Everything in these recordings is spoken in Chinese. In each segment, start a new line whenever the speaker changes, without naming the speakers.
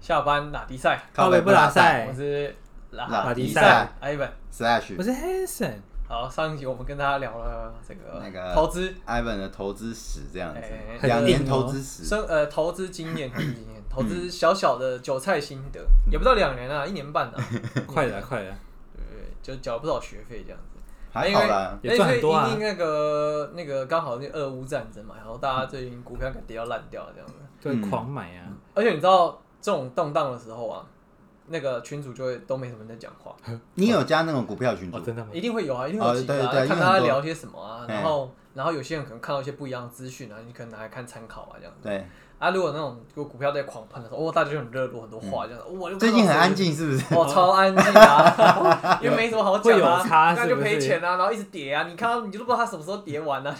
下班打迪赛，
靠北不拉塞
我是
拉
迪
迪赛，
阿一本。
Slash
我是 Hanson，
好，上一集我们跟大家聊了这个
那个
投资
Ivan 的投资史这样子
哎，
两、
很
年
硬哦
投资史，
生呃投资经 验，投资经验，投资小小的韭菜心得，
嗯
也不到两年啊，一年半啊，
快了快了，
对，就缴了不少学费这样子。
还好啦。
因为
也赚很多啊
因为那个那个刚好那俄乌战争嘛，然后大家最近股票给跌到烂掉了这样子。
对，
嗯
狂买啊，
而且你知道这种动荡的时候啊，那个群主就会都没什么人在讲话，
你有加那种股票群组
哦，？真的吗？
一定会有啊，一定会有
哦
几个、
对
啊
对
看
因为
大
很
家
多哎
聊些什么啊，
嘿
然后然后有些人可能看到一些不一样的资讯啊，你可能拿来看参考啊这样子。
对，
啊，如果那种如果股票在狂喷的时候，哦，大家就很热络，很多话这样子。 我就
最近很安，静是 不是？
我超安静啊， 因为没什么好讲
会有
啊，
差
那
是
就
不是
赔钱啊，然后一直跌啊，你看到你就不知道它什么时候跌完啊。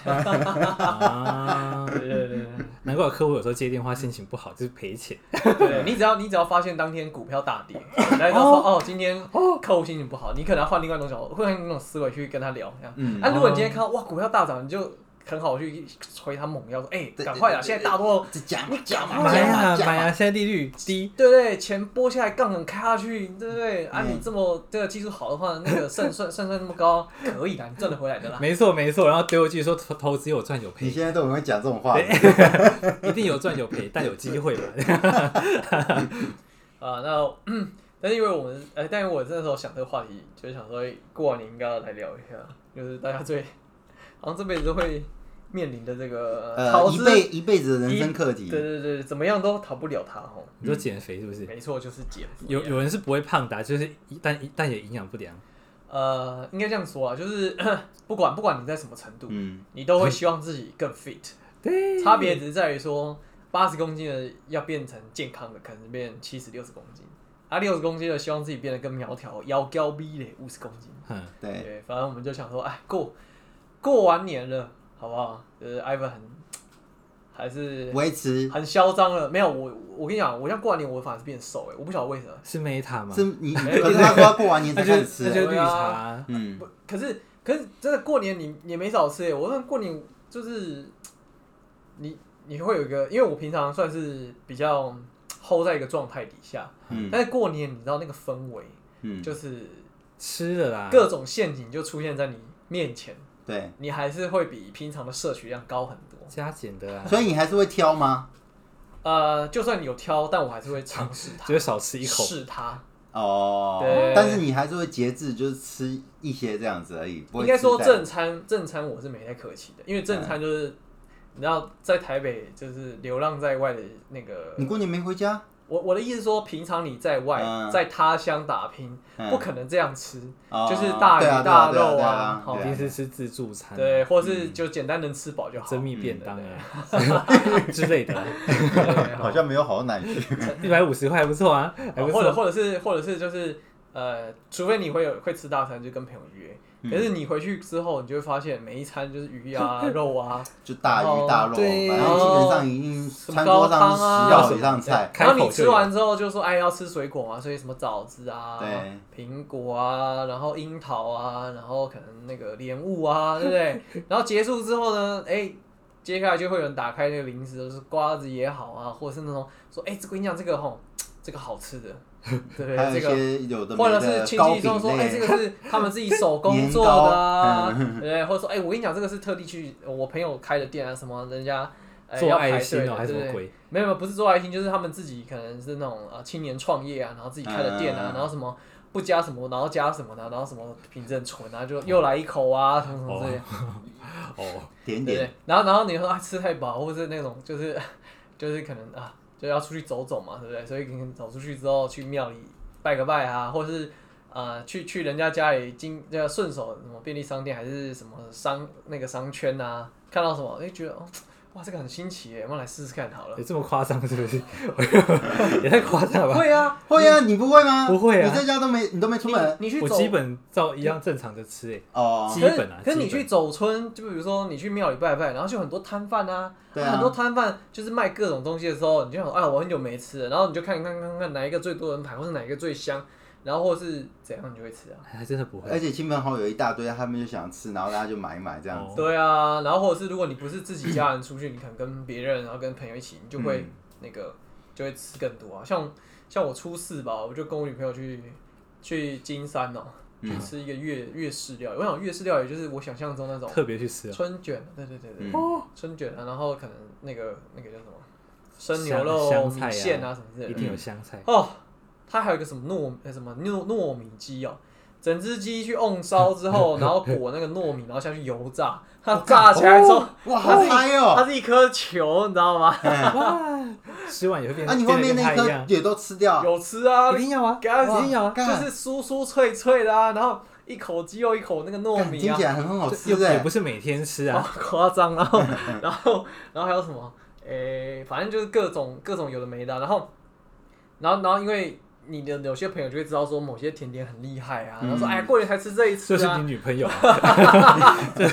啊，
对对对
难怪我客户有时候接电话心情不好就是赔钱，
对对，你只要你只要发现当天股票大 跌，然后就说哦，今天客户心情不好，你可能要换另外一种角度，换另外一种思维去跟他聊这样。
嗯
啊，如果你今天看到哇股票大涨，你就很好去吹他猛料，说哎赶快啊，现在大多
讲
你讲嘛
买啊
讲
买啊，现在利率低，
对对，钱拨下来，杠杆开下去，对不对？啊，
嗯
你这么这个技术好的话，那个胜 算胜算那么高，可以的，你赚得回来的啦。
没错没错，然后丢一句说投投资有赚有
你
赔，
现在都很会讲这种话，
一定有赚有赔， 但有机会嘛，
啊，那 但是因为我们，哎，但是我那时候想这个话题，就是想说哎过完年应该要来聊一下，就是大家最 好像这辈子都会面临的这个呃
呃，
投
一
资，
辈一辈子的人生课
对
题，
对对，怎么样都逃不了它哦。
你说减肥是不是？
没错，就是减肥啊。
有有人是不会胖的啊、就是一但一但也营养不良，
呃，应该这样说啊，就是 不管不管你在什么程度，
嗯，
你都会希望自己更 fit。
对嗯
差别只是在于说，八十公斤的要变成健康的，可能变七十六十公斤；啊，六十公斤的希望自己变得更苗条，腰高逼嘞五十公斤。
嗯，
对，
对，反正我们就想说，哎，过过完年了，好不好？就是 Ivan 很还是
维持
很嚣张了。没有我，我跟你讲，我像过完年，我反而是变瘦哎、我不晓得为什么。
是没他吗？
是你，
没有
可是他说要过完年
那
才
就
开始
那
吃，
就
哎
绿茶啊、
嗯，
不，可是可是真的过年你你也没少吃哎、我说过年就是你你会有一个，因为我平常算是比较 hold 在一个状态底下，
嗯
但是过年你知道那个氛围，
嗯，啊
就是
吃了啦，
各种陷阱就出现在你面前，
对，
你还是会比平常的摄取量高很多。
加减的啊，
所以你还是会挑吗？
呃，就算你有挑，但我还是会尝试它，
就是少吃一口，
试它。
哦
对，
但是你还是会节制，就是吃一些这样子而已，不
应
会
该
吃
说
太
正餐，正餐我是没太客气的，因为正餐就是、你知道在台北就是流浪在外的那个。
你过年没回家，
我我的意思说，平常你在外、
嗯
在他乡打拼，
嗯
不可能这样吃，
哦
就是大
对啊
鱼
对啊
大
对啊
肉
对啊
啊好
对啊
平时吃自助餐、啊，
对，，或是就简单能吃饱就好。
珍蜜便当啊 之类的啊，
对呃
好像没有好到哪里去。
一百五十块还不错啊，还不
哦或者
错。
或者是或者是就是呃，除非你会有会吃大餐，就跟朋友约。可是你回去之后，你就会发现每一餐就是鱼啊、肉啊，
就大鱼大肉，反
对
正基本上已经餐桌上是十道
啊
以上菜。
开
然后
口
你
就
吃
有
完之后就说，哎，要吃水果嘛，所以什么枣子啊
对、
苹果啊，然后樱桃啊，然后可能那个莲雾啊，对不 对？然后结束之后呢，哎，接下来就会有人打开那个零食，就是瓜子也好啊，或者是那种说，哎，这个跟你讲这个吼，这个好吃的，对不
还有
对？
一
这个。
些有的
或者
没
是
的
亲
糕
戚
饼
中说，哎、这
类，
个是他们自己手工做的 啊，对不对，或者说，哎、我跟你讲，这个是特地去我朋友开的店啊，什么人家、哎
做
要排
爱
队
心
的
哦，还是
对不
什
对？
么鬼？
没有，没有不是做爱心，就是他们自己可能是那种呃青年创业啊，然后自己开的店啊，
嗯
然后什么不加什么，然后加什么的，然后什么凭证纯啊，就又来一口啊，什么什么之类的，
哦，
点
对不
点
对？然后然后你说啊吃太饱，或者是那种就是 就是可能啊就要出去走走嘛，对不对？所以可能走出去之后去庙里拜个拜啊，或者是呃去去人家家里经呃顺手什么便利商店还是什么商那个商圈啊，看到什么哎觉得哦哇这个很新奇耶，我们来试试看好了
有。这么夸张是不 是？也太夸张了吧！
会啊，
会啊，你不会吗？
不会啊
你在家都没，你都没出门
你你去
我
走
基本照一样正常的吃诶、
哦。
可是
基本啊
可是你
基本
去走村，就比如说你去庙里拜拜，然后就很多摊贩啊，
对啊
很多摊贩就是卖各种东西的时候，你就想说，哎，我很久没吃了，然后你就看看看看哪一个最多人排，或是哪一个最香，然后或是怎样，你就会吃啊。
还真的不会
而。且亲朋好友一大堆，他们就想吃，然后大家就买一买这样子。
哦
对啊，
嗯
然后或者是如果你不是自己家人出去，你可能跟别人，然后跟朋友一起，你就会那个就会吃更多啊。像像我初四吧，我就跟我女朋友去去金山哦、
嗯
去吃一个粤粤式料理。我想粤式料理就是我想象中那种
特别去吃啊。
春卷，对对对对，
哦，
春卷啊，然后可能那个那个叫什么生牛肉
香香菜啊
米线啊什么之类
一
的。
定有香菜，
哦，它还有一个什么糯呃什么糯糯米鸡哦，整只鸡去瓮烧之 后，然后裹那个糯米，然后下去油炸，它炸起来之后，
哇，好嗨
它
哦！
是一颗球，你知道 吗？
哎哇，吃完也会变。
嗯啊，你外面
变得
那
跟它一
颗
样，
也都吃掉，
有吃啊，
一定要啊，
给它
一定要啊，
就
干
是酥酥脆脆的啊，然后一口鸡肉一口那个糯
干
米
听
啊
起，来很很好
就
吃
又也
哎
不。是每天吃
好
啊，
夸张，然后然后然后还有什么？诶、反正就是各种各种有的没的啊，然后然后然后因为你的有些朋友就会知道说某些甜点很厉害啊，然后说
嗯
哎呀过年才吃这一次
就是
啊
你，女朋 友啊，
对，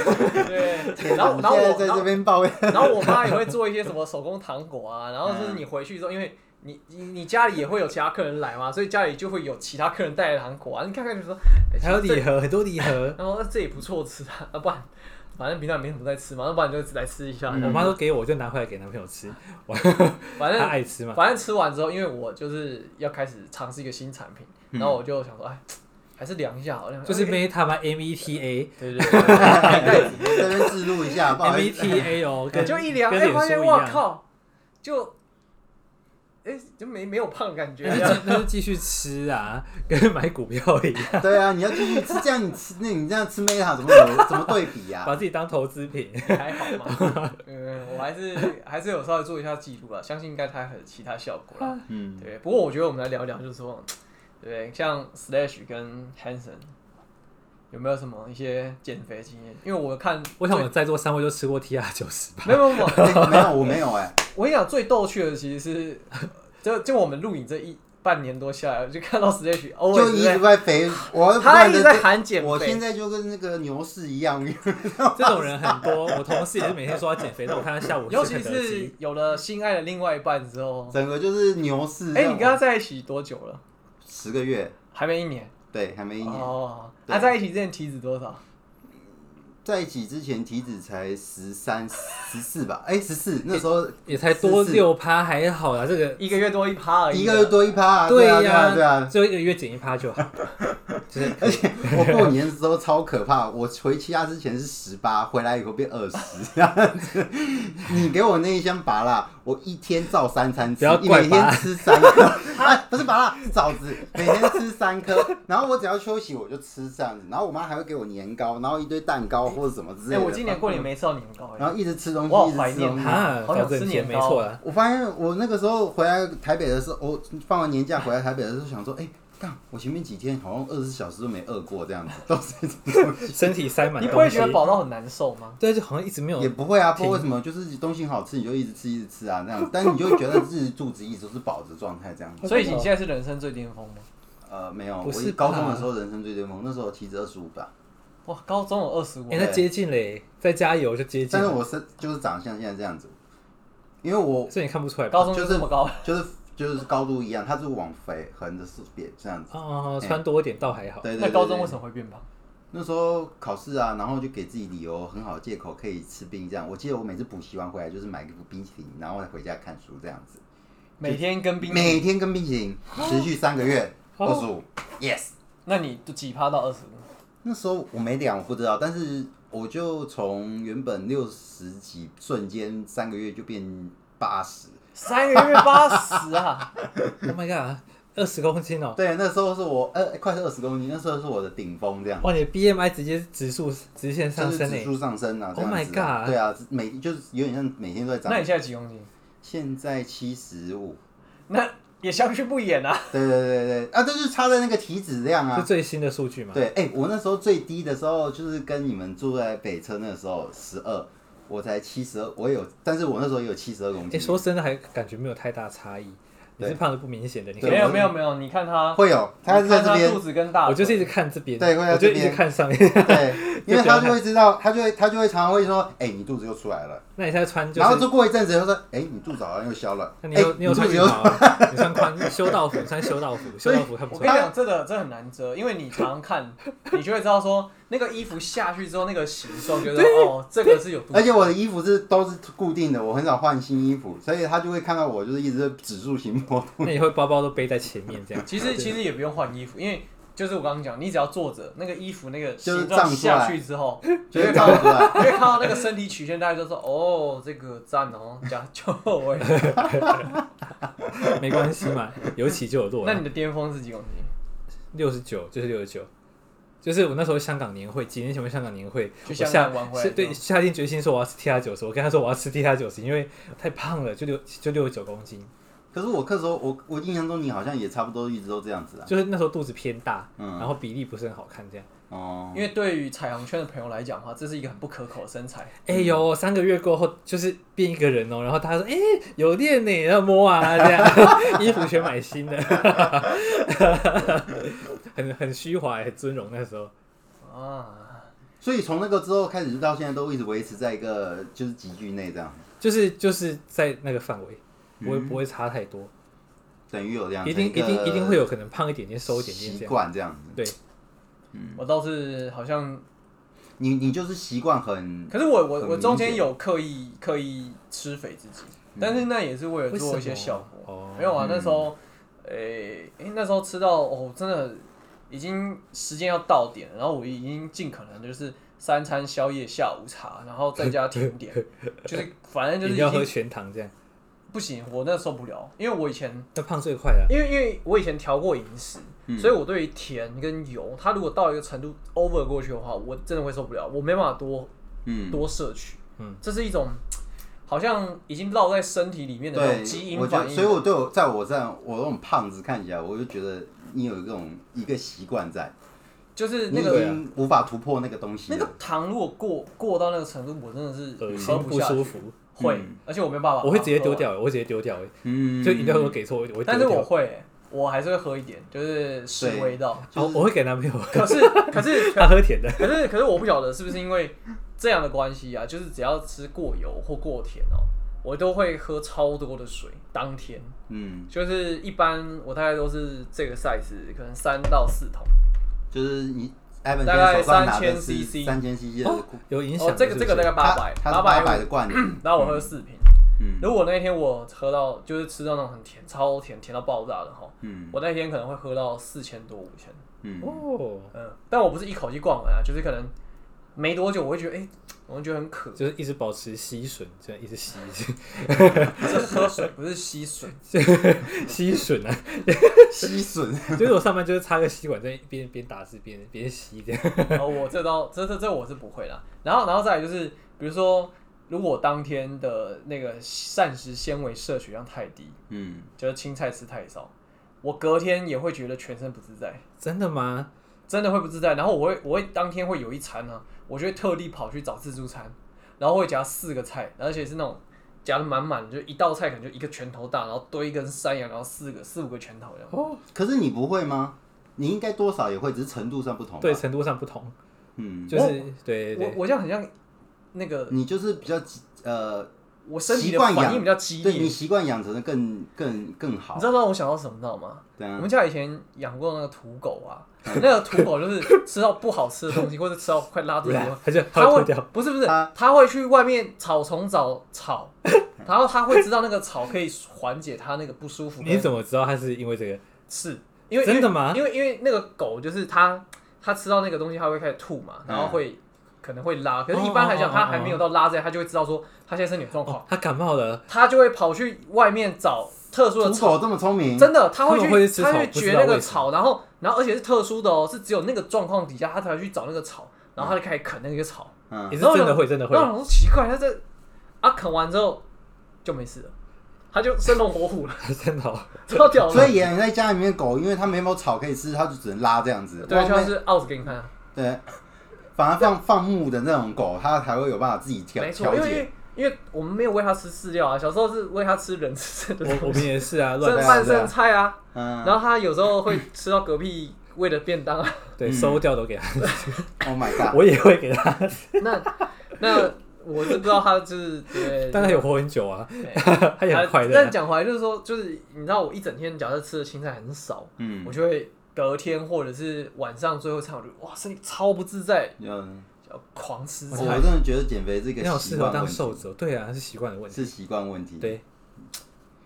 天
然
哪
后
我
然后
现在
我
在
然
这
后
边报备，
然后我妈也会做一些什么手工糖果啊，然后就是你回去之后，因为你你你家里也会有其他客人来嘛，所以家里就会有其他客人带来的糖果啊，你看看就说，哎
还有
其实这
礼盒，很多礼盒。
然后呃这也不错吃啊，啊不然反正平常也没什么在吃嘛，要不然就只来吃一下，
嗯
我妈都给我，我就拿回来给男朋友吃，
反
她
正
爱吃嘛。
反正吃完之后，因为我就是要开始尝试一个新产品，
嗯
然后我就想说，哎，还是量一下好了，
就是
哎
Meta 嘛，M E T A
对对对 对
这边记录一下，不好
M
意
E
思。
T A 哦，
对，
跟
就一量，
跟
哎，
脸
发现
书一
哇
样。
靠，就哎就没没有胖的 感觉，
那
这
就
样
继那就继续吃啊，跟买股票一样，
对啊，你要继续吃，这样你吃，那你这样吃 Meta 怎么有怎么对比呀、
把自己当投资品。
还好嘛，嗯，我还是还是有稍微做一下记录啦，相信应该它还有其他效果啦。
嗯，
对，不过我觉得我们来聊一聊，就是说，对，像 Slash 跟 Hanson 有没有什么一些减肥经验？因为我看最，
我想我们在座三位都吃过 T R 九十吧？
没有没有没有，
哎没有，我没有哎、
我跟你讲，最逗趣的其实是， 就就我们录影这一半年多下来，我就看到 Slash 偶尔
就
一
一直
直在
在肥，我
他 一直在
不断地
喊减
我现
肥，
在就跟那个牛市一样，
这种人很多，我同事也是每天说要减肥，但我看他下午
尤
吃
其
肯德基
是，有了心爱的另外一半之后，
整个就是牛市。
哎、你跟他在一起多久了？
十个月，
还没一年。
对，还没一年，
哦，
对
那、在一起之前体脂多少？
在一起之前体脂才十三、十四吧，哎、十四，那时候
也才多
14
六趴，还好啦。这个
一个月多一趴而已啊。
一个月多一趴、啊，对啊，对啊，对
呀，
啊。
只有一个月减一趴就好，就是
而且 我过年的时候超可怕，我回家之前是十八，回来以后变二十。你给我那一箱拔辣，我一天照三餐
不
吃
要，
一
怪
每
拔
天吃三颗，啊，不是拔辣，是枣子，每天吃三颗。然后我只要休息我就吃这样子，然后我妈还会给我年糕，然后一堆蛋糕或者什么之
哎、
类的。
我今年过年没吃到年糕、
然
哎，
后一直吃东
我好
西，一直
怀
吃
念
东 西。
啊，
好想吃
正
年
钱没
糕
错啦。
我发现我那个时候回来台北的时候，我哦放完年假回来台北的时候，想说，哎、干，我前面几天好像二十四小时都没饿过这样子，都是这种东西。
身体塞满
你不
东
会
西
觉，得饱到很难受吗？
对，就好像一直没
也
有。哎
不会啊，不
停
知道为什么，就是东西好吃你就一直吃一直吃啊，这样子，但你就会觉得自己肚子一直都是饱的状态这样子。
所以你现在是人生最巅峰吗？
呃，没有，
不
我
是啊吧
高中的时候人生最巅峰，那时候体脂二十五吧，
哇，高中有二十五
哎，，那接近嘞，再加油就接近
但是
了，
我是就是长相现在这样子，因为我
所以你看不出来吧。
高中就这么高，
就是就是高度一样，它是往肥横着是扁这样子。
哦，穿多一点倒还好。
哎对对对
那高中
对
为什么会变胖？
那时候考试啊，然后就给自己理由很好的借口可以吃冰这样。我记得我每次补习完回来就是买一副冰淇淋，然后回家看书这样子，
每天跟冰淇淋，
每天跟冰淇淋持续三个月，
哦
二十五，yes。
那你就几趴到二十五？
那时候我没量，我不知道，但是我就从原本六十几，瞬间三个月就变八十。
三个月八十啊！
Oh my god，二十公斤哦！
对，那时候是我呃快是二十公斤，那时候是我的顶峰这样。
哇，你的 BMI 直接指数直线
就
上
是
升
指
嘞，
数上升啊
Oh my
这样子
god
对啊，每就是有点像每天都在
那
涨。
你现在几公斤？
现在七十五，
那也相去不远啊！
对对对对，啊，这就是差在那个体脂量
欸是
啊。
最新的数据嘛？
对，哎、我那时候最低的时候，就是跟你们住在北车那时候，十二，我才七十二，我也有，但是我那时候也有七十二公
哎，
斤，
说真的，还感觉没有太大差异。你是
对
胖的不明显的，你
对
没有
我
没有没有，你看他，
会有，他
你
是在
看
这
他
边
肚，子跟大腿，
我就是一直看这边，
对会在
我就
这
一
边
直看上面。
对，因为
就觉得
他就会知道，他就会他就会常常会说，哎、你肚子又出来了，
那你现在穿就
然后
是，
就过一阵子，他说：“哎、你肚子好像又消了。
那你有
哎
你有穿
你
羽
有
毛，啊你穿宽修道服，穿修道服，修
所以
道服看不
我
出
跟你
来。
讲，这个这很难遮，因为你常常看，你就会知道说那个衣服下去之后那个形状，觉得哦，这个是有肚子
而且我的衣服是都是固定的，我很少换新衣服，所以他就会看到我就是一直是指数型波动。
那你会包包都背在前面这样？
其实其实也不用换衣服，因为就是我刚刚讲，你只要坐着，那个衣服那个
就是
形状
胀出来
下去之后，就
就
是会看到
看不出来。
因为看到那个身体曲线，大家就说哦，这个赞哦，讲究哎。
没关系嘛，有起就有 落
那
啊。
你的巅峰是几公斤？
六十九就是六十九，就是我那时候香港年会，几年前我香港年会，
去
我
香
下
港嗯玩回来
是
之后？
对下定决心说我要吃 T R 九十，我跟他说我要吃 T R 九十，因为太胖了，就六就六十九公斤，
可是我那时候，我我印象中你好像也差不多一直都这样子啊。
就是那时候肚子偏大，
嗯
然后比例不是很好看
嗯
这样。
哦，
因为对于彩虹圈的朋友来讲的话，这是一个很不可口的身材。
哎呦，三个月过后就是变一个人哦，然后他说哎有练呢，要摸啊这样， 衣服全买新的，很很虚华很尊荣那时候。
啊，
所以从那个之后开始到现在都一直维持在一个就是集聚内这样，
就是就是在那个范围，不会
嗯
不会差太多，
嗯等于有这样
一
成
定一定
个
一定会有可能胖一点点，瘦一点点这
习
样。
惯这样子。
对，
我倒是好像，
你你就是习惯很
可是我我
很
我中间
明显
有刻意刻意吃肥自己，但是那也是为了
嗯为什
做
么
一些效果。
哦，
没有啊
嗯，
那时候，诶、诶那时候吃到哦，真的已经时间要到点了，然后我已经尽可能就是三餐宵夜、下午茶，然后再加甜 点，就是反正就
一
是
定
已
要喝
经
全糖这样，
不行，我那受不了，因为我以前
那胖最快了。
因为因为我以前调过饮食，
嗯
所以我对于甜跟油，它如果到一个程度 over 过去的话，我真的会受不了，我没办法多
嗯
多摄取，
嗯，
这是一种好像已经烙在身体里面的那种基
对，
因
我觉
反
得
应，
所以我对我在我这样我这种胖子看起来，我就觉得你有一种一个习惯在，
就是那
你已
个
经无法突破那个东西
那
了。
个糖如果过过到那个程度，我真的是
恶
喝
心
不
不
下去，
舒服，
会，
嗯
而且我没办法，
我会直接丢。掉，我会直接丢掉，
嗯
就饮料如果给错，我我会
但
丢
是我
掉。
会、我还是会喝一点，就是试
对
味 道。
就
我
是
哦我会给男朋友，
可是可 是
他喝甜的。
可是可是我不晓得是不是因为这样的关系啊，就是只要吃过油或过甜哦，我都会喝超多的水。当天
嗯，
就是一般我大概都是这个 size，可能三到四桶。
就是你
大
Evan 现在
概
手上拿的
3000
是
cc
三千 CC 的
哦，有影响
哦
的，
这个
是
这
不
个大
是
概八
它
百，
它是
百嗯
八百的罐子，
然后我喝四瓶。
嗯
如果那一天我喝到就是吃到那种很甜、超甜、甜到爆炸的哈，
嗯
我 那天可能会喝到四千多、五千，
嗯，
哦，
嗯，但我不是一口气灌完啊，就是可能没多久我会觉得，哎、我会觉得很渴，
就是一直保持吸吮，这样一直吸
是喝水不是吸水，
吸吮啊，
吸吮，
就是我上班就是插个吸管在边边打字边边吸这样。
哦，我这刀这这这我是不会啦。然后然后再来就是，比如说如果当天的那个膳食纤维摄取量太低，
嗯，
就是青菜吃太少，我隔天也会觉得全身不自在。
真的吗？
真的会不自在。然后我会，我会当天会有一餐呢、我就会特地跑去找自助餐，然后会夹四个菜，而且是那种夹的满满，就一道菜可能就一个拳头大，然后堆一根山羊，然后四个四五个拳头这样。
哦，
可是你不会吗？你应该多少也会，只是程度上不同。
对，，程度上不同，
嗯，
就是对对
我
对，
我这样很像那个，
你就是比较呃，
我身体
习
的
惯
反
养
应比较激
对
烈。
你习惯养成的更更更好
你知。道让我想到什么，你知道吗？
对
我
嗯
啊，
们家以前养过那个土狗啊， 那个土狗就是吃到不好吃的东 西，或者吃到快拉肚子的时候，
他就
他
他啊会
会
脱掉，
不是不是
它，
他会去外面草丛找 草，然后他会知道那个草可以缓解他那个不舒服。
你怎么知道他是因为这个？
是因为
真的吗
因为因为因为那个狗就是它，它吃到那个东西，它会开始吐嘛，然后会、可能会拉。可是，一般来
嗯哦
讲，
哦哦
它还没有到拉这样，它就会知道说它现在身体有状况，
他感冒了，
它就会跑去外面找特殊的
土
草。
狗这么聪明，
真的，它
他们会
去
吃
它
草
会
不知
掘
道
那个
为什么
草，然后然后而且是特殊的哦，是只有那个状况底下，它才会去找那个草，然后它就开始啃那个草。
嗯
也是真的会真的会
那，我说奇怪，他这啊啃完之后就没事了，他就生龙活虎了，
真的哦。
超屌的。
所以养在家里面的狗，因为它没有草可以吃，它就只能拉这样子。
对，
外
就
面
像是 out 给你看啊，
对，反而放放牧的那种狗，它才会有办法自己调
没
调
错，因为因
节。
为因为我们没有喂它吃饲料啊，小时候是喂它吃人吃的
我我 们也是啊，
剩
乱
对啊
饭剩菜啊，
嗯
然后它有时候会吃到隔壁喂的便当啊，
对收掉都给他，
，Oh my god！
我也会给他。
那那。我是不知道他就是对，
但他有活很久啊，
对
他也很快乐啊。
但讲回来就是说，就是你知道我一整天假设吃的青菜很少，
嗯
我就会隔天或者是晚上最后一餐，我就哇身体超不自在，
嗯，
要狂吃
我
菜。
真的觉得减肥这
你好
个习
适合
惯
当
问题，
瘦子哦，对啊，是习惯的问题。
是习惯问题。
对，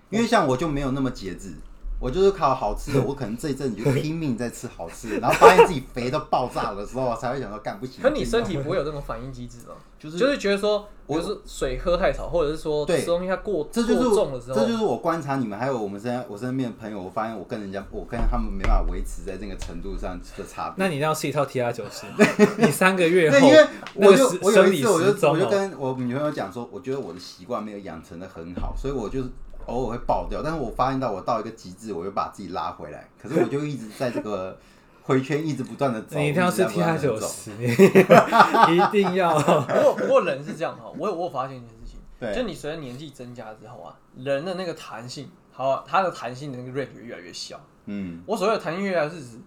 因为像我就没有那么节制，我就是靠好吃的，我可能这一阵子就拼命在吃好吃的，然后发现自己肥到爆炸的时候，才会想到干不行。
可你身体不会有这种反应机制吗？
就是
就是觉得说，比
我
如说水喝太少，或者是说
对
吃东西它过
这就是
过
我
重的时候，
这就是我观察你们，还有我们身我身边的朋友，我发现我跟人家，我跟他们没办法维持在这个程度上的差别。
那你一定要吃一套 T R 九十， 你三个月
对，
后
因为，
那
我
个
就
时
我有
生
一
理
次我
时
就我
钟
就
哦，
跟我女朋友讲说，我觉得我的习惯没有养成的很好，所以我就是偶尔会爆掉，但是我发现到我到一个极致，我又把自己拉回来，可是我就一直在这个回圈一直不断的走，
你一定要
直
吃
在
T
不断
R
地
九
走
十，你 一 定要。
不过不过人是这样哈，我有我有发现一件事情，
对
就你随着年纪增加之后啊，人的那个弹性，好、啊，它的弹性的那个 range 越来越小。
嗯，
我所谓的弹性越来越是指，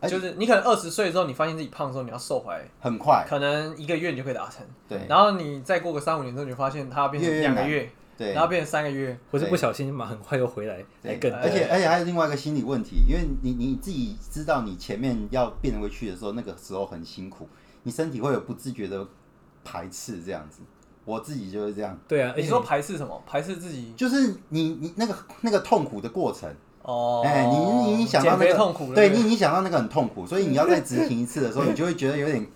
而且
就是你可能二十岁之后，你发现自己胖的时候，你要瘦回来，
很快，
可能一个月你就可以达成。
对
然后你再过个三五年之后，你就发现它变成
越来越
两
难
个月，
对，
然后变成三个月，
我是不小心嘛，很快又回来，
对
还更
而
多。
且而且还有另外一个心理问题，因为你你自己知道你前面要变回去的时候，那个时候很辛苦，你身体会有不自觉的排斥这样子。我自己就是这样，
对啊，而
你
且
说排斥什么？排斥自己
就是你你那个那个痛苦的过程，
哦，
哎、你你你想到
减
那
肥
个
痛苦了，
对
不
你你想到那个很痛苦，所以你要再执行一次的时候，你就会觉得有点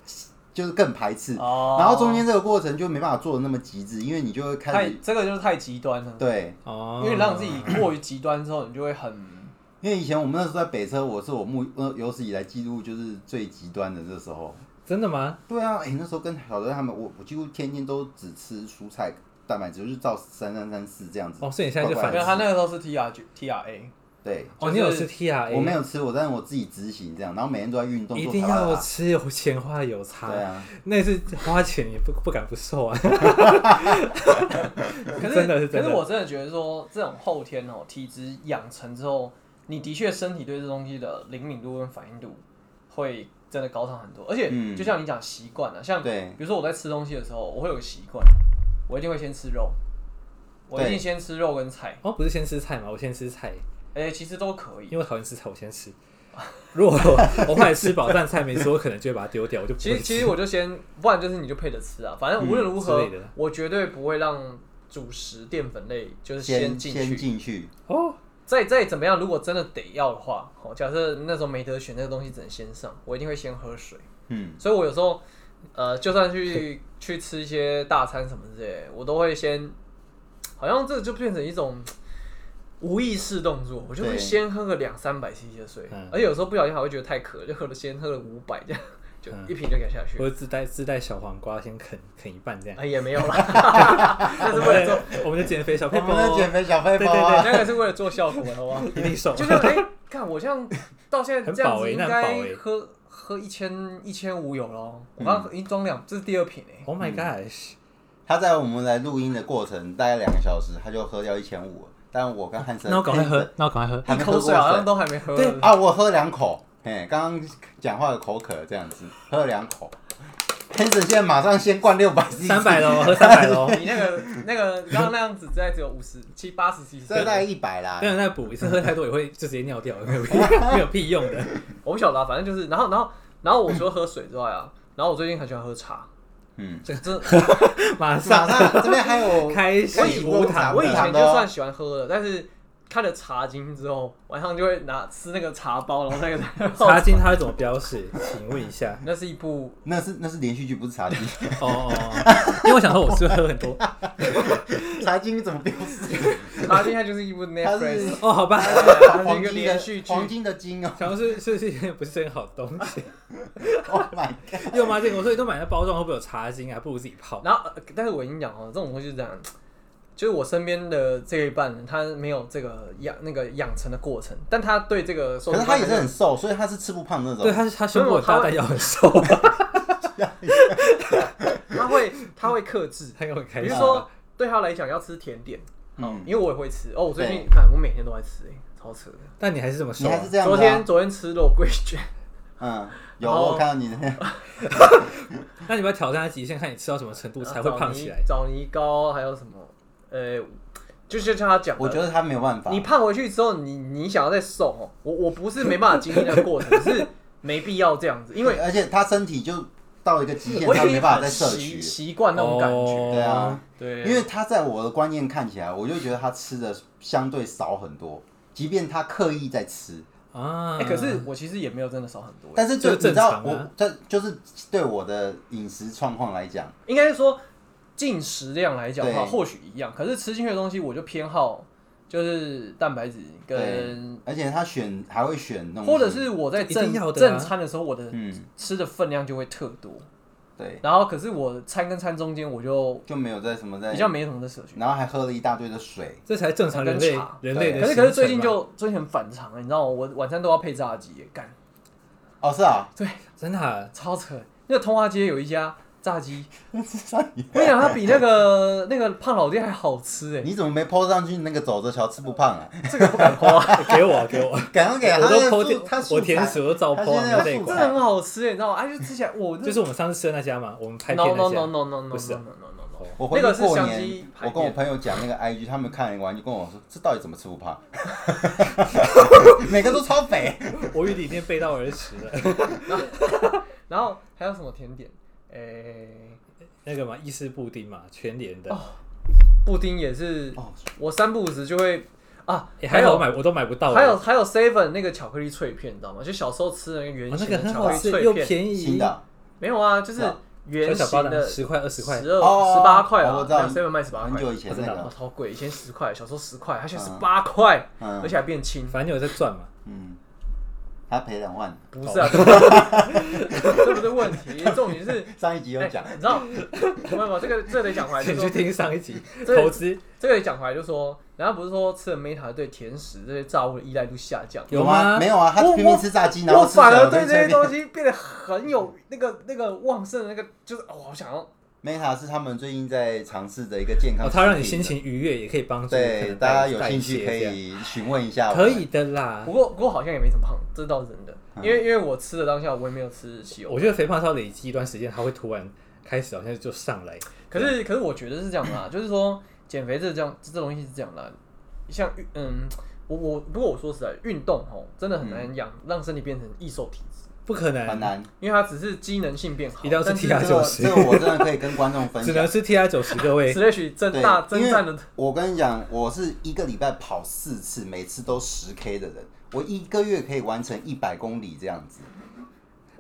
就是更排斥，
哦，
然后中间这个过程就没办法做的那么极致，因为你就会开
太
始
这个就是太极端了，
对，
哦
因，为你让自己过于极端之后，你就会很。
因为以前我们那时候在北车，我是我目呃有史以来记录就是最极端的这时候，
真的吗？
对啊，哎、那时候跟小德他们，我我几乎天天都只吃蔬菜蛋白质，就是照三三三四这样子。
哦所以你现在就
乖乖
反
没有，
吃
他那个时候是 T R G T R A，
对，
就
哦，
是
你有吃 T R
我没
A，
有吃，我但是我自己执行这样，然后每天都在运动，啊
一
做
定
塔巴
要
塔
吃有钱花有差。
对啊，
那是花钱也不不敢不瘦啊。
可是
真的是
可
真的
是我真的觉得说，这种后天哦，体质养成之后，你的确身体对这东西的灵敏度跟反应度会真的高上很多。而且
嗯
就像你讲习惯啊，像
对
比如说我在吃东西的时候，我会有个习惯，我一定会先吃肉，我一定
对
先吃肉跟菜，
哦，不是先吃菜嘛，我先吃菜，
哎、其实都可以
因。为我讨厌吃菜，我先吃。如果我我后来吃饱饭菜没吃，我可能就会把它丢掉，我就不
其
会
实其
吃。
实我就先，不然就是你就配着吃啊，反正无论如何，
嗯之类的
我绝对不会让主食淀粉类就是
先
进
先
去。
进去，
哦，
再再怎么样，如果真的得要的话，哦，假设那时候没得选，那个东西只能先上，我一定会先喝水。
嗯，
哦
所以我有时候，呃，就算 去去吃一些大餐什么之类的，我都会先，好像这就变成一种无意识动作，我就会
对
先喝个两三百 CC 的水
嗯，
而且有时候不小心还会觉得太渴，就喝了先喝了五百这样，就
嗯
一瓶就给它下去。
我自带自带小黄瓜，先啃啃一半这样。
啊，也没有啦， 那是
我
为了
们
做
的我们的减肥小
哎
我
配
们的减
方
肥小配包
对
啊，
那个是为了做效果的，好不好？
一定瘦
就。像哎，看、我这样到现在这样
很饱
子，
欸
应
那很饱
该
欸
喝喝一千一千五有咯。
嗯
我刚刚已经装两，这是第二瓶哎、
Oh my gosh！
他在我们来录音的过程大概两个小时，他就喝掉一千五了，但我跟汉森
那我赶快喝，那我赶快喝。
还没
一
喝
口
过
水好像
水
都还没喝。
对
啊，我喝两口，嘿，刚刚讲话有口渴这样子，喝了两口。汉森现在马上先灌六百 CC，
三百喽，喝三百喽。
哦你那个那个刚刚那样子，大概只有五十七八十 cc
这。大概一百啦。
但是再补一次，喝太多也会就直接尿掉，没有屁没有屁用的。
我不晓得、啊，反正就是，然后然后然后我除了喝水之外啊，然后我最近很喜欢喝茶。
嗯，
这个 真的，
马
马
上
上这边还有
开始
可以
无糖
糖
我以
无糖
前就
的哦
算喜欢喝了，但是看了茶经之后，晚上就会拿吃那个茶包，然后那个
茶经它会怎么标示？请问一下。
那是一部
那是那是连续剧，不是 茶经。
哦哦，哦，因为我想说我是不是喝很多
茶经怎么标示？
茶经，它就是一部 Netflix，
哦，好吧，
它是
黄
一个
金
连续
的
剧。
黄金的 金哦。
想说是是是一件不是很好的东西。
Oh my god！
因为我妈这个，我说你都买那包装，会不会有茶精啊？不如自己泡。
然后，呃但是我跟你讲哦，这种东西是这样，就是我身边的这一半，他没有这个养那个养成的过程，但他对这个说，
可是他也是很瘦，所以他是吃不胖的那
对，
种。
她是她胸部很大，但腰很瘦，
他会他会克制，
她又很开
比
啊
心
如。说对他来讲要吃甜点，
嗯，
因为我也会吃哦，我最近
对
看我每天都在吃、欸，超扯的。
但你还是这么
你
瘦啊
还是这样的啊。
昨天昨天吃肉桂卷，
嗯，有
然后
我看到你的，
那你们要挑战它极限，看你吃到什么程
啊
度才会胖起来。
枣泥枣泥糕还有什么？呃，就是像他讲的，
我觉得他没有办法。
你胖回去之后，你你想要再瘦哦，我我不是没办法经历那个过程，是没必要这样子，因为
对而且他身体就到一个极限，
我
他
已
没
经
办法
很
再摄
习
取。
习惯那种感觉，
哦
对啊，
对，
因为他在我的观念看起来，我就觉得他吃的相对少很多，即便他刻意在吃，
啊、
哎可是我其实也没有真的少很多，
但是
这
对，
个
你知
正
道
常啊
我这就是对我的饮食状况来讲，
应该是说进食量来讲的话，
对
或许一样，可是吃进去的东西我就偏好就是蛋白质跟，
而且他选还会选那种，
或者是我在
嗯一定
正、
要的啊
正餐的时候，我的
嗯，
吃的分量就会特多，
对，
然后可是我餐跟餐中间我就
就没有在什么在
比，较没什么的摄取。
然后还喝了一大堆的水，
这才正常人
跟
类
茶
人类
对
的行程
可
吧。
是可是最近就最近很反常欸了，你知道吗？我晚餐都要配炸鸡耶，干
哦，是啊，
真的啊、
超扯。那个通化街有一家炸鸡，我
你
跟你讲，它比那个 那个胖老爹还好吃哎，
你怎么没 PO 上去那个走着瞧吃不胖啊？
这个不敢 夸，
给我给我，
赶快给他
我
那
都
个
抠
素
点
他，素
我甜
材
食我都照
他
剖
现
啊，
在要
那一
素
真
材
块
的很好吃哎，你知道吗？哎，就吃起来我
就
真
是我们上次吃的那家嘛，我们拍
no
片
no
那
no
家。
no no no no no
不是啊
no no。
我回
那个
去
是
过
相
年
机，排
我跟我
便
朋友讲那个 IG，他们看完就跟我说，这到底怎么吃不胖？啊 每个都超肥。
我与里面背道而驰了。
然后还有什么甜点？哎，
那个嘛，意式布丁嘛，全联的，
哦布丁也是
哦，
我三不五时就会啊
诶，还
还
好
有
我买我都买不到。
还有还有 seven 那个巧克力脆片，你知道吗？就小时候吃的那个
哦
圆
那
形
个
的
很
巧克
好
力
吃
脆
又
片，
便
新
宜，
的
没有啊，就是
是啊
圆
小包
形的
的十块二十块
十，二
哦哦哦
十八块啊，
哦我知道
seven 卖十八
很
块，
久以前那
哇
个，
超贵，以前十块，小时候十块，它现在十八块，而
嗯
且还变轻，
反正有在赚嘛。
嗯，他赔两万。
不是啊，这 不是问题，重点是。
上一集有
哎
讲，
你知道，没有没有，这个这得讲回来，就
你
是
去
说
听上 一集
这
投资
这个得讲回来，就说，人家不是说吃了 Meta 对甜食这些炸物的依赖度下降，
有吗
吗？没有啊，他
我
拼命
我
吃炸鸡，然
我
后吃
反
小
而
的
对这些
脆片。
东西变得很 有那个那个旺盛的那个，就是哦，我想要
啊
Meta 是他们最近在尝试的一个健康食品的，
哦，它让你心情愉悦，也可以帮助可
对
能
大家
代
有
代
兴
谢
趣可
这样
以询问一下我们。
可以的啦
不。过不过好像也没什么胖，这倒是真的。
啊
因为因为我吃的当下我也没有吃西柚，
我觉得肥胖是要累积一段时间，它会突然开始好像就上来。
可是可是我觉得是这样的啦，就是说减肥这这样这东西是这样的啦，像运嗯我我不过我说实在运动吼真的很
嗯
难养、让身体变成易瘦体质，
不可能，
很难，
因为它只是机能性变好，
一定要吃
但是
TR
这
就
个
是
这个我真的可以跟观 众分
只
享
能。是 T R 九十，各位
Slash 真
对
大
因
征
为
战的
我跟你讲，我是一个礼拜跑四次，每次都十 K 的人，我一个月可以完成一百公里这样子。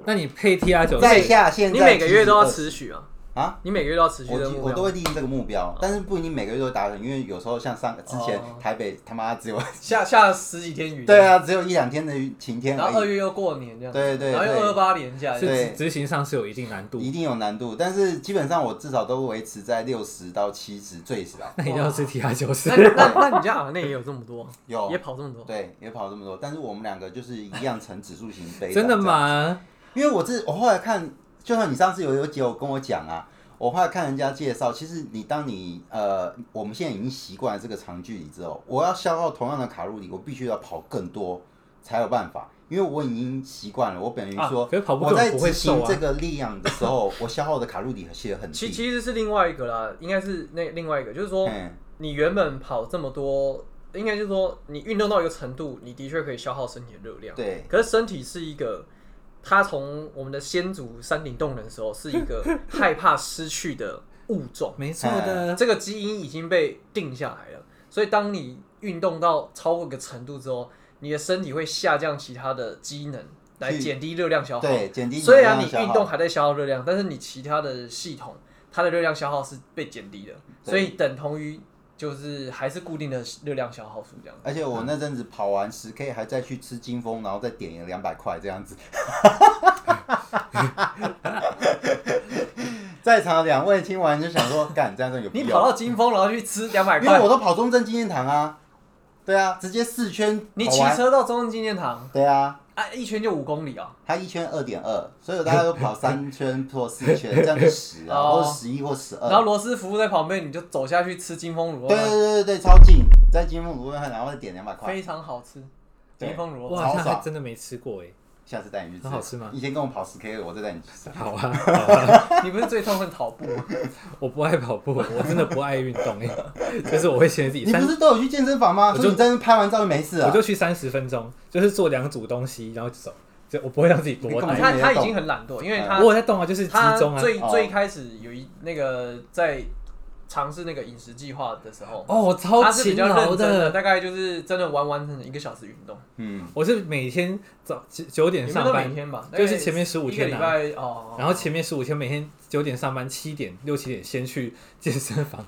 那你配 T R 九
在
十，
下现在
你每个月都要
72
持续啊
啊！
你每个月都要持续
我
的
记
目
我都会
标。
定这个目标，但是不一定每个月都达成，因为有时候像上之前
哦
台北他妈 只有
下下十几天雨
对，啊，只有一两天的晴天
然后
而
二
已，
月又过年这样，
对对
然后又
对
二八连假，
是
对
对
执执行上是有一定难度，
一定有难度。但是基本上我至少都维持在六十到七十最少。
那一定要吃 T R 九十
那。你那那你家阿内也有这么多，
有
也跑这么多，
对，也跑这么多，但是我们两个就是一样呈 指数型飞。
真的？吗？
因为我这我后来看，就像你上次有有姐有跟我讲啊，我后来看人家介绍，其实你当你呃，我们现在已经习惯了这个长距离之后，我要消耗同样的卡路里，我必须要跑更多才有办法，因为我已经习惯了。我等于说，
啊可是跑步
我
根本
在
不会
执行
瘦啊
这个力量的时候，我消耗的卡路里其实很
其
低。
其实是另外一个啦，应该是那另外一个，就是说
嗯，
你原本跑这么多，应该就是说你运动到一个程度，你的确可以消耗身体的热量。
对，
可是身体是一个，它从我们的先祖山顶洞人的时候是一个害怕失去的物 种，
没错的，
这个基因已经被定下来了。所以当你运动到超过一个程度之后，你的身体会下降其他的机能，来
去
减低热量消耗。
哦
对，减低
啊
虽啊然你
能量消
运
耗
动还在消耗热量，但是你其他的系统它的热量消耗是被减低的，
对
所以等同于就是还是固定的热量消耗数这样。
而且我那阵子跑完十 K 还再去吃金峰，然后再点两百块这样子。 在场的两位听完就想说，干这样子有必
你
要？
跑到金峰，然后去吃两百
因为
块
我，都跑中正纪念堂啊，对啊，直接四圈
你
跑
骑
完，
车到中正纪念堂
对啊，
啊，一圈就五公里啊，
它一圈二点二，所以我大概都跑三圈或 四圈，这样就十啊，
哦
或者十一或十
然后
二。
罗斯福在旁边，你就走下去吃金峰卤肉
对对
饭，
对对对，超近，在金峰卤味，然后再点两百块，
非常好吃。
对
金峰卤肉饭
哇，
超
那
爽
还真的没吃过哎。
下次带你去吃。
很好吃吗
你先跟我跑十 K，我再带你去吃。
好啊，好啊，
你不是最痛恨跑步 吗？
我不爱跑步，我真的不爱运动，哎，就是我会限制自己
你
三
不是都有去健身房吗？
我
所
就
以你在那拍完照就没事
我
啊？
就去三十分钟，就是做两组东西，然后就走，就我不会让自己多
你干
动
嘛。
他他已经很懒惰，因为他
我有在动啊，就是集
他
中啊。
最
嗯哦
最开始有一那个在尝试那个饮食计划的时候，
哦，我超
他是比
勤
较认
劳
真的，，大概就是真的完完整整一个小时运动，
嗯，
我是每天早九九点
也没有
上
到每
班，
天吧，
就是前面15天
一个
啊
礼拜哦，
然后前面十五天每天九点上班，七点六七点先去健 身房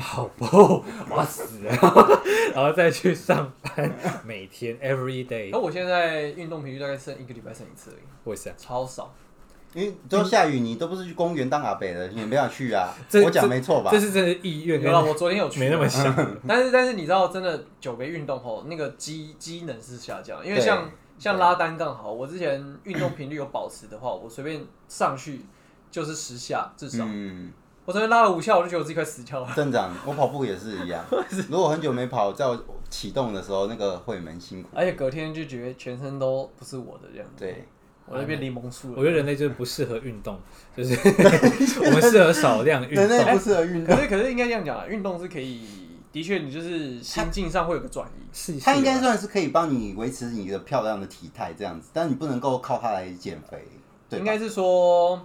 跑步，我要死了，然后再去上班，每天 every
那
day，
我现在运动频率大概剩一个礼拜剩一次而已，
我是啊，
超少。
因为都下雨，你都不是去公园当阿北的，你也没有去啊。
这
我讲没错吧
这？是真的意愿
有了，
跟
我昨天有去，啊嗯
没那么像，
但是但是你知道，真的久没运动后，那个机机能是下降，因为
对
像像
对
拉单杠好，我之前运动频率有保持的话，我随便上去就是十下至少，
嗯，
我昨天拉了五下，我就觉得我自己快死掉了。
正长，我跑步也是一 样。如果很久没跑，在我启动的时候，那个会蛮辛苦。
而且隔天就觉得全身都不是我的这样子，
对，
我就变柠檬树
我
了。
觉得人类就是不适合运动，就是 我们适合少量运
人类
动。
不适合运
可
动，
是可是应该这样讲啊，运动是可以，的确你就是心境上会有个转移。
是
它应
是
该
啊
算是可以帮你维持你的漂亮的体态这样子，但你不能够靠它来减肥，对
应
吧？
该是说，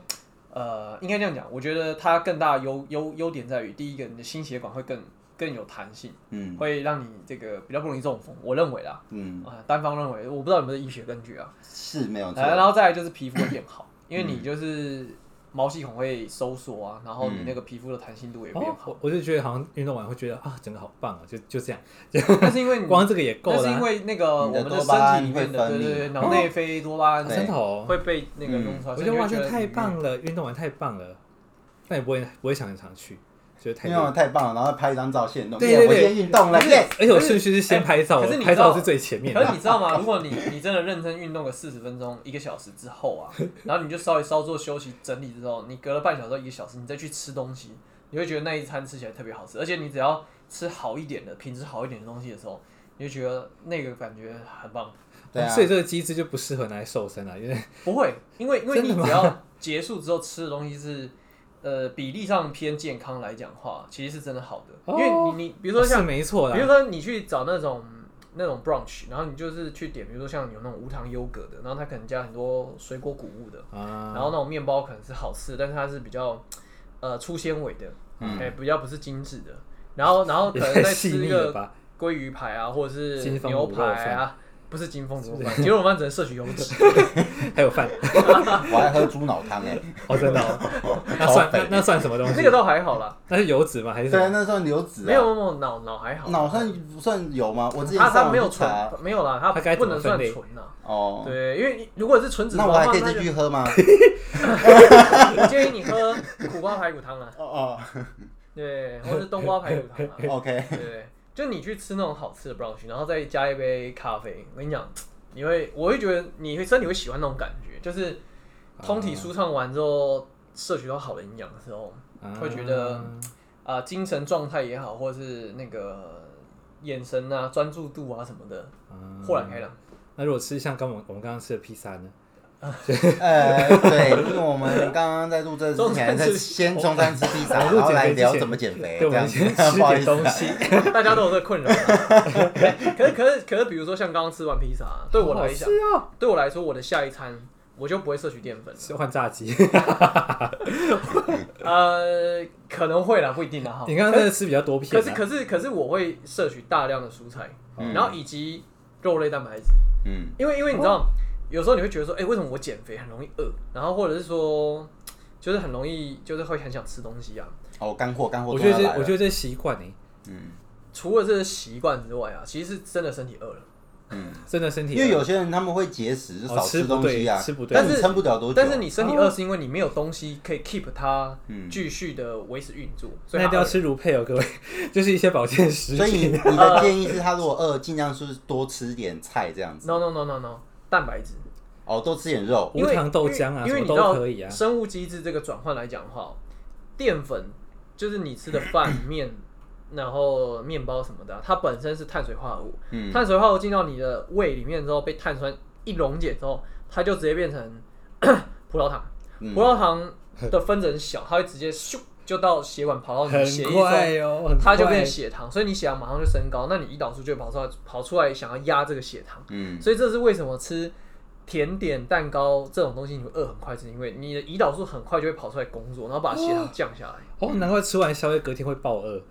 呃，应该这样讲，我觉得它更大的优优优点在于，第一个，你的心血管会更更有弹性，
嗯
会让你这个比较不容易中风。我认为啦，
嗯，
啊、单方认为，我不知道有没有医学根据啊。
是嗯没有错。
呃然后再来就是皮肤会变好，因为你就是毛细孔会收缩啊，然后你那个皮肤的弹性度也变
哦，
好。
我我就觉得好像运动完会觉得啊，整个好棒啊，就就这样，
但是因 为你
光这个也够
那
了
是因
啊。
为那个我
嗯你
们的
的多
身
巴胺
体里面
会
的，对
分
对
泌哦
对，脑内啡多巴胺
对
真的哦，
会被那个弄出来，
我
所
觉
以你
得
会
哇，
觉
这
得
太棒了，嗯运动完太棒了，但也不会不会想很常去，觉得太
运动得太棒了，然后拍一张照线动，
对对
耶我
对
今天运动了
而
耶！
且而且我顺序是先拍照，
哎可是你知
拍
道
照是最前面
可是
的。啊
你知道吗？如果你你真的认真运动个四十分钟、一个小时之后 啊，然后你就稍微稍作休息、整理之后，你隔了半小时、到一个小时，你再去吃东西，你会觉得那一餐吃起来特别好吃，而且你只要吃好一点的、品质好一点的东西的时候，你就觉得那个感觉很棒。
对啊
所以这个机制就不适合拿来瘦身啊了，因为
不会，因为因为你
真的吗
只要结束之后吃的东西是，呃，比例上偏健康来讲的话，其实是真的好的。
哦
因为你你比如说像，
是没错
比如
啦，
说你去找那种那种 brunch，然后你就是去点，比如说像有那种无糖优格的，然后它可能加很多水果谷物的，
啊，
然后那种面包可能是好吃的，但是它是比较呃粗纤维的，哎、
嗯
比较不是精致的。然后然后可
也
能
太
再
细
吃一
腻
个
了吧？
鲑鱼排啊，或者是
金峰
牛
卤肉
排啊，不是金凤怎么办？牛肉饭只能摄取油 脂。
还有饭，
我还喝猪脑汤哎，
哦，真的哦，那
好
算
肥
那那算什么东
那
西
个？倒还好啦，
那是油脂吗？还是什
对啊，
么？
那算流脂
没有
啊，
没有没有脑脑还好，
脑算不算有吗？我之前
它
上
它
网
没有
去
纯
查
没有啦，
它该
它不
怎么
能算
分类
纯啦。
哦，
对，因为你如果是纯脂肪
那
的
我还
话，
可以
那
再
就
继续喝吗？
我建 议你喝苦瓜排骨汤啊，
哦
对，或是冬瓜排骨汤啊，
哦，OK，
对，就你去吃那种好吃的 brunch，然后再加一杯咖啡，我跟你讲，你会我会觉得你会身体会喜欢那种感觉，就是通体舒畅完之后，摄取到好的营养的时候，
啊
会觉得啊、精神状态也好，或者是那个眼神啊、专注度啊什么的，
啊
豁然开朗。
那如果吃像刚我们我们刚刚吃的披萨呢？
呃，对，因为我们刚刚在录这之前，在先中餐吃披萨，
我们
然
哦录
后
减
来
肥之
聊
前
怎么减肥，
哎
对，我
这样
们
子
先吃
不好意
点
思啊
东西。
大家都有这个困扰、啊 可是可是可是，比如说像刚刚吃完披萨、啊对我来讲，
好好吃哦，
对我来说，我的下一餐我就不会摄取淀粉了。
是换炸鸡。
哦呃，可能会啦，不一定啦哈。
你刚刚真的吃比较多片
可
啊，
是可是可是，我会摄取大量的蔬菜，
嗯
然后以及肉类蛋白质，
嗯，
因为因为你知
哦
道，有时候你会觉得说，哎、为什么我减肥很容易饿，然后或者是说，就是很容易就是会很想吃东西啊。
哦，干货干货，
我觉得
这，
这我觉得这习惯哎，
嗯
除了这个习惯之外啊，其实是真的身体饿了。
嗯，
真的身体
因为有些人他们会节食，就
啊哦
少
吃不
东西啊，
对吃不对
但你
但是
撑不了多久，啊
但是你身
哦
体饿是因为你没有东西可以 keep 它
嗯
继续的维持运作，所以
那一
它
定要
饿
吃如配哦，各位，就是一些保健食
所以你
品。
你的建议是他如果饿，尽量是多吃点菜这样子，
No no no no no，蛋白质，
哦，多吃点肉，
无
因为
糖豆浆啊
因为
什
因为
么
你
都
知道
可以啊
生物机制这个转换来讲的话，淀粉就是你吃的饭面，然后面包什么的啊，它本身是碳水化合物，
嗯
碳水化合物进到你的胃里面之后，被碳酸一溶解之后，它就直接变成 葡萄糖。
嗯
葡萄糖的分子很小，它会直接咻就到血管跑到你的血
很
液中，
快哦，很
它就
快
变成血糖，所以你血糖马上就升高，那你胰岛素就会跑出来，跑出来想要压这个血糖。
嗯
所以这是为什么吃甜点、蛋糕这种东西你会饿很快，是因为你的胰岛素很快就会跑出来工作，然后把血糖降下 来，
哦，难怪吃完宵夜隔天会爆饿，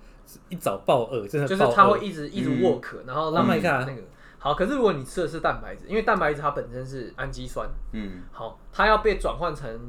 一早爆饿，真的
就是
爆
它
饿
会一直一直
嗯
work，、然后
Oh
让你
my god
那个好。可是如果你吃的是蛋白质，因为蛋白质它本身是氨基酸，
嗯
好，它要被转换成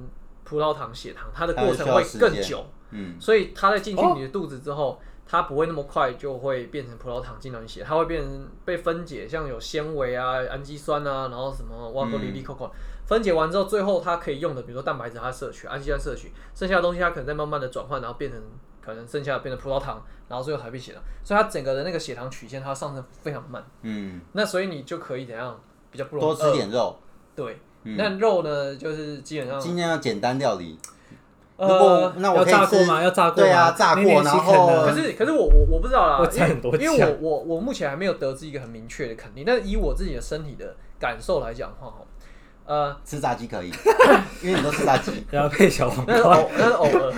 葡萄糖、血糖，它的过程
它
会
会需要时
更
间
久，
嗯
所以它在进去你的
哦
肚子之后，它不会那么快就会变成葡萄糖进到你血，它会变成被分解，像有纤维啊、氨基酸啊，然后什么哇咕哩
嗯
哩扣扣，分解完之后，最后它可以用的，比如说蛋白质它摄取，氨基酸摄取，剩下的东西它可能再慢慢的转换，然后变成可能剩下的变成葡萄糖，然后最后才变血糖，所以它整个的那个血糖曲线它上升非常慢，
嗯，
那所以你就可以怎样比较不容易
多吃
呃
饿
点肉，
对。
嗯
那肉呢，就是基本上，
尽量要简单料理。如
呃
果，那我
要
可
炸
以
过
吃
吗？要炸过吗？
对啊，炸
那
过
年
然
期肯呢
后
可是可是我我我不知道啦
呃我，猜很多
因为因为
家
我我我目前还没有得知一个很明确的肯定，但是以我自己的身体的感受来讲的话，哈，呃，
吃炸鸡可以， 因为你都吃炸 鸡。
然后配小黄
那是
瓜，
偶那是偶尔，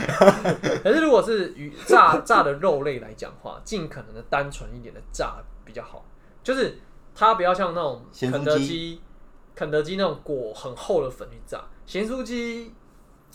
可是如果是鱼炸炸的肉类来讲的话，尽可能的单纯一点的炸比较好，就是它不要像那种
咸酥鸡
肯德基肯德基那种裹很厚的粉去炸，咸酥鸡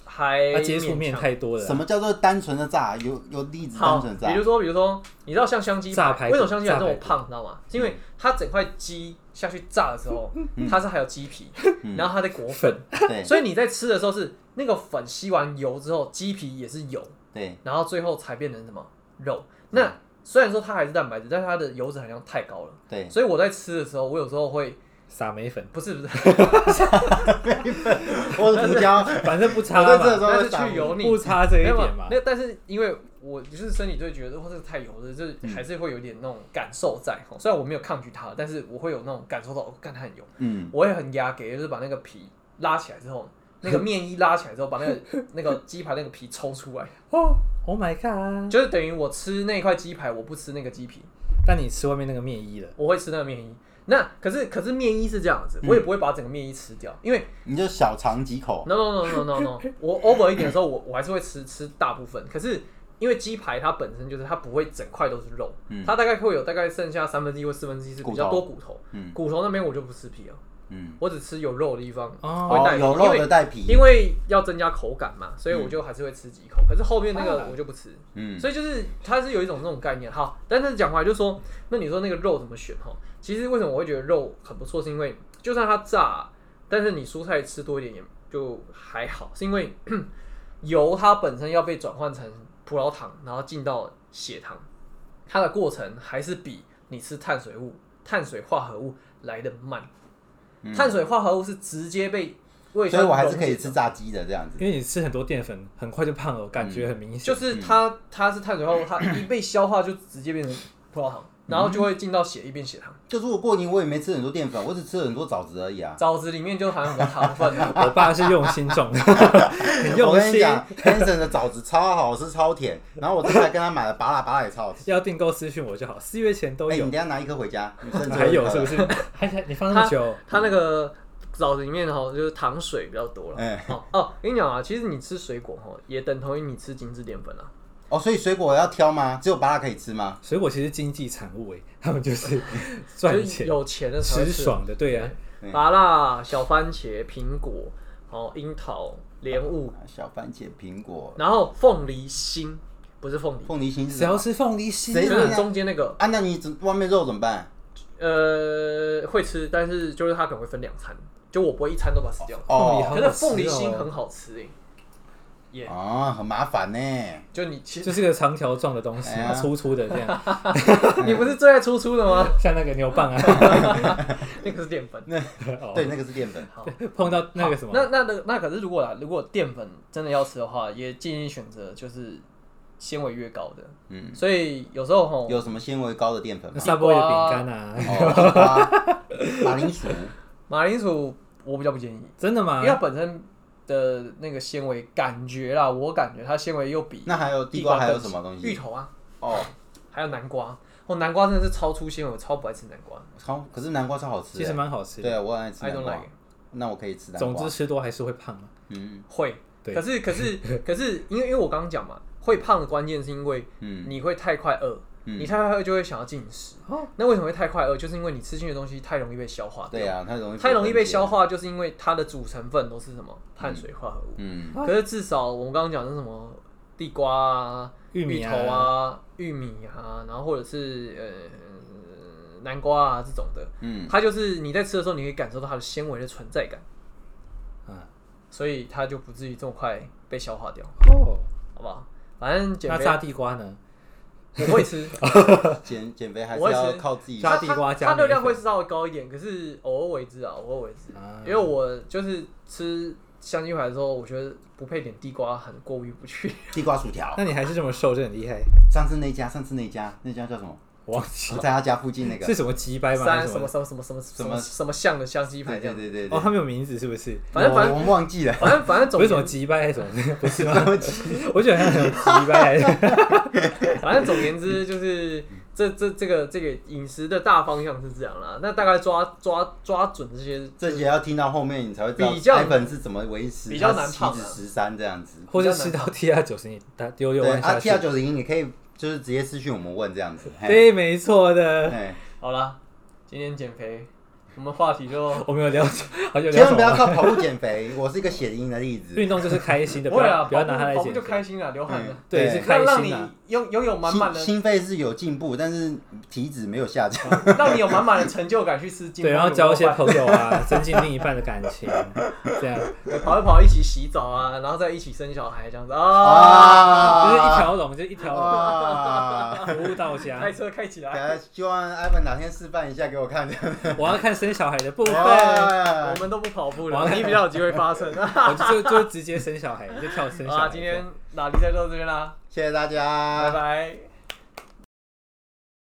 还
它接触面
勉强
太多了
什
啦。
么叫做单纯的炸？有有例子
好，
单纯的
比
炸
如，说，比如说，你知道像香鸡
炸排骨
为什么香鸡排这么
炸排骨
胖，你知道吗？是因为它整块鸡下去炸的时候，它是还有鸡皮，
嗯
然后它在裹粉，
对
所以你在吃的时候是那个粉吸完油之后，鸡皮也是油，
对，
然后最后才变成什么肉。那虽然说它还是蛋白质，但是它的油脂含量太高了，
对
所以我在吃的时候，我有时候会
撒眉粉，
不是不是，
我是胡椒，
反正不差
我在这
嘛，
时候
但
会
是
打
去油腻，
不差这一
没有
点嘛。
那但是因为我就是身体就会觉得，哇，这个太油了，就是还是会有点那种感受在。吼虽然我没有抗拒它，但是我会有那种感受到，哦，干它很油，
嗯，
我会很压给，就是把那个皮拉起来之后，那个面衣拉起来之后，把那个那个鸡排那个皮抽出来，
哦，Oh my god！
就是等于我吃那块鸡排，我不吃那个鸡皮，
但你吃外面那个面衣了，
我会吃那个面衣。那可是可是面衣是这样子，我也不会把整个面衣吃掉，因为
你就小尝几口，
no no no no no no，我 over 一点的时候，我我还是会吃吃大部分。可是因为鸡排它本身就是它不会整块都是肉，
嗯
它大概会有大概剩下三分之一或四分之一是比较多骨头，
嗯
骨头那边我就不吃皮了，
嗯，
我只吃有肉的地方
哦
会带
哦，
皮，因
有肉的
为
带皮，
因为要增加口感嘛，所以我就还是会吃几口。可是后面那个我就不吃，
嗯
所以就是它是有一种那种概念。好，但是讲回来就是说，那你说那个肉怎么选哈？其实为什么我会觉得肉很不错，是因为就算它炸，但是你蔬菜吃多一点也就还好，是因为 油它本身要被转换成葡萄糖，然后进到血糖，它的过程还是比你吃碳水物、碳水化合物来的慢。
嗯
碳水化合物是直接被胃
所以
酸
我还
溶
是可以
解
吃炸鸡的这样子。
因为你吃很多淀粉，很快就胖了，感觉很明显。。
就是它它是碳水化合物，它一被消化就直接变成葡萄糖，然后就会进到血液变血糖。
就是我过年我也没吃很多淀粉，我只吃了很多枣子而已啊。
枣子里面就含很多糖分啊
我爸是用心种的， 很
我
用
跟你
心。
讲，Hanson 的枣子超好吃，超 甜。然后我这次还跟他买了拔拉拔拉也超好吃。
要订购私讯我就好，四月前都
哎，你
有
等一，下拿一颗回家，你甚至
还有是不
是？
是？还还你放那么久，
它那个枣子里面哈，就是糖水比较多了。
哎
哦哦，跟你讲啊，其实你吃水果哈，也等同于你吃精致淀粉啊。
哦，所以水果要挑吗？只有芭拉可以吃吗？
水果其实经济产物哎， 他们就是
就
赚
是
钱
有钱的才会
吃
吃。
爽的，嗯对啊呀、
对
芭辣、小番茄、苹果、哦樱桃、莲雾，
小番茄、苹果、
然后凤梨心，不是凤梨，
凤梨心是
谁
什
要
么
吃凤梨心
谁
就
说
是
的
啊？
中间那个
啊，那你怎外面肉怎么办？
呃，会吃，但是就是它可能会分两餐，就我不会一餐都把它吃掉。
凤梨
哦
好
可是凤梨
好吃
心
哦
很好吃诶、耶、
哦，很麻烦呢。
就你其
就
实
是个长条状的东西，
哎呀
它粗粗的这样，
你不是最爱出出的吗？
像那个牛蒡啊，
那个是淀粉。
哦
对，嗯那个是淀粉。
好，
碰到那个什么
那那那那可是如果啦，如果淀粉真的要吃的话，也建议选择就是纤维越高的。
嗯，
所以有时候吼，
有什么纤维高的淀粉吗？
沙波的饼干啊，
哦，西瓜马铃薯。
马铃薯我比较不建议，
真的
因
啊
吗
为？它本身的那个纤维感觉啦，我感觉它纤维又比
那还有地瓜，还有
更
什么东
芋
西？
头啊，
哦，
还有南瓜。哦，南瓜真的是超出纤维，我超不爱吃南瓜。
超可是南瓜超好吃
其实
欸。
蛮好吃
对
的，
啊，我很爱吃
I don't
南瓜
like。it.
那我可以吃蛋
总
花
之，吃多还是会胖嘛。
嗯
会，
对
可是可是可是，因为因为我刚刚讲嘛，会胖的关键是因为
嗯
你会太快饿，
嗯
你太快饿就会想要进食。
哦
那为什么会太快饿？就是因为你吃进去的东西太容易被消化掉，
对啊，太容易
太容易被消
化，
化，就是因为它的主成分都是什么碳水化合物。
嗯
嗯
可是至少我们刚刚讲的是什么地瓜啊、
玉米啊
头啊、玉米啊，然后或者是呃南瓜啊这种的，
嗯
它就是你在吃的时候，你可以感受到它的纤维的存在感，
啊
所以它就不至于这么快被消化掉，
哦，
好不好？反正减
那
肥啊
炸地瓜呢？
我会 吃，
减减肥还是
我会吃
要靠自己
加地瓜
它
加
它它热量
米
会
粉
稍微高一点，可是偶尔为之啊，偶尔为之。
啊
因为我就是吃香鸡排的时候，我觉得不配点地瓜很过于不去。
地瓜薯条。
那你还是这么瘦，真的很厉害。
上次那家，上次那家，那家叫什么？
我忘记
我在他家附近那个
是。什么鸡掰吗？还
三什
是什
么
么？
什么什么什么什
么
么什么像的香鸡排
对
这
对
样，
对对
哦，
对，
他们有名字是不是？
反正
我
反正
我们 忘记了。
反正反正
不
总
是什么
言
鸡掰还是 什么？不是吗？我觉得好像什么鸡掰还是
反正总言之就是这这这个这个饮食的大方向是这样啦。那大概抓抓抓准这些
这些要听到后面，你才会知道
比较
Evan 是怎么维持
比较难
七
胖
至
啊
十三这样子。
或者吃到 TR 九十，你打丢六
对
万
啊
下
，T
去
R。九零你可以就是直接私讯我们问这样子。嘿
对，没错的。
哎，
好啦，今天减肥，我们话题 就
我们有聊，好久
千
聊
万
什
不要
么？
靠跑步减肥，我是一个血淋淋的例子。
运动就是开心的，
不
不
会啊，
要不要拿它来
跑步
减
就开
肥。嗯
心了，流汗了，
对，
对
是
让
开
让
心
你
啊。
拥拥有满满的
心，心肺是有进步，但是体脂没有 下降。
让你有满满的成就感去吃金。
对，然后交一些朋友啊，增进另一半的感情，这样就
对
是
跑一跑，一起洗澡啊，然后再一起生小孩这样子 啊。
啊
一条龙，就是一条龙，
啊！
服务 到家
开。车开起
等
来，
下希望 Evan 哪天示范一下给我看。
我要看生小孩的部分，我
哇
我们都不跑步了，
完了
你比较有机会发 生。好
就就就直接生小孩，就跳生小
啊，
孩。
今天哪里在到这边啦，
谢谢大家，
拜拜。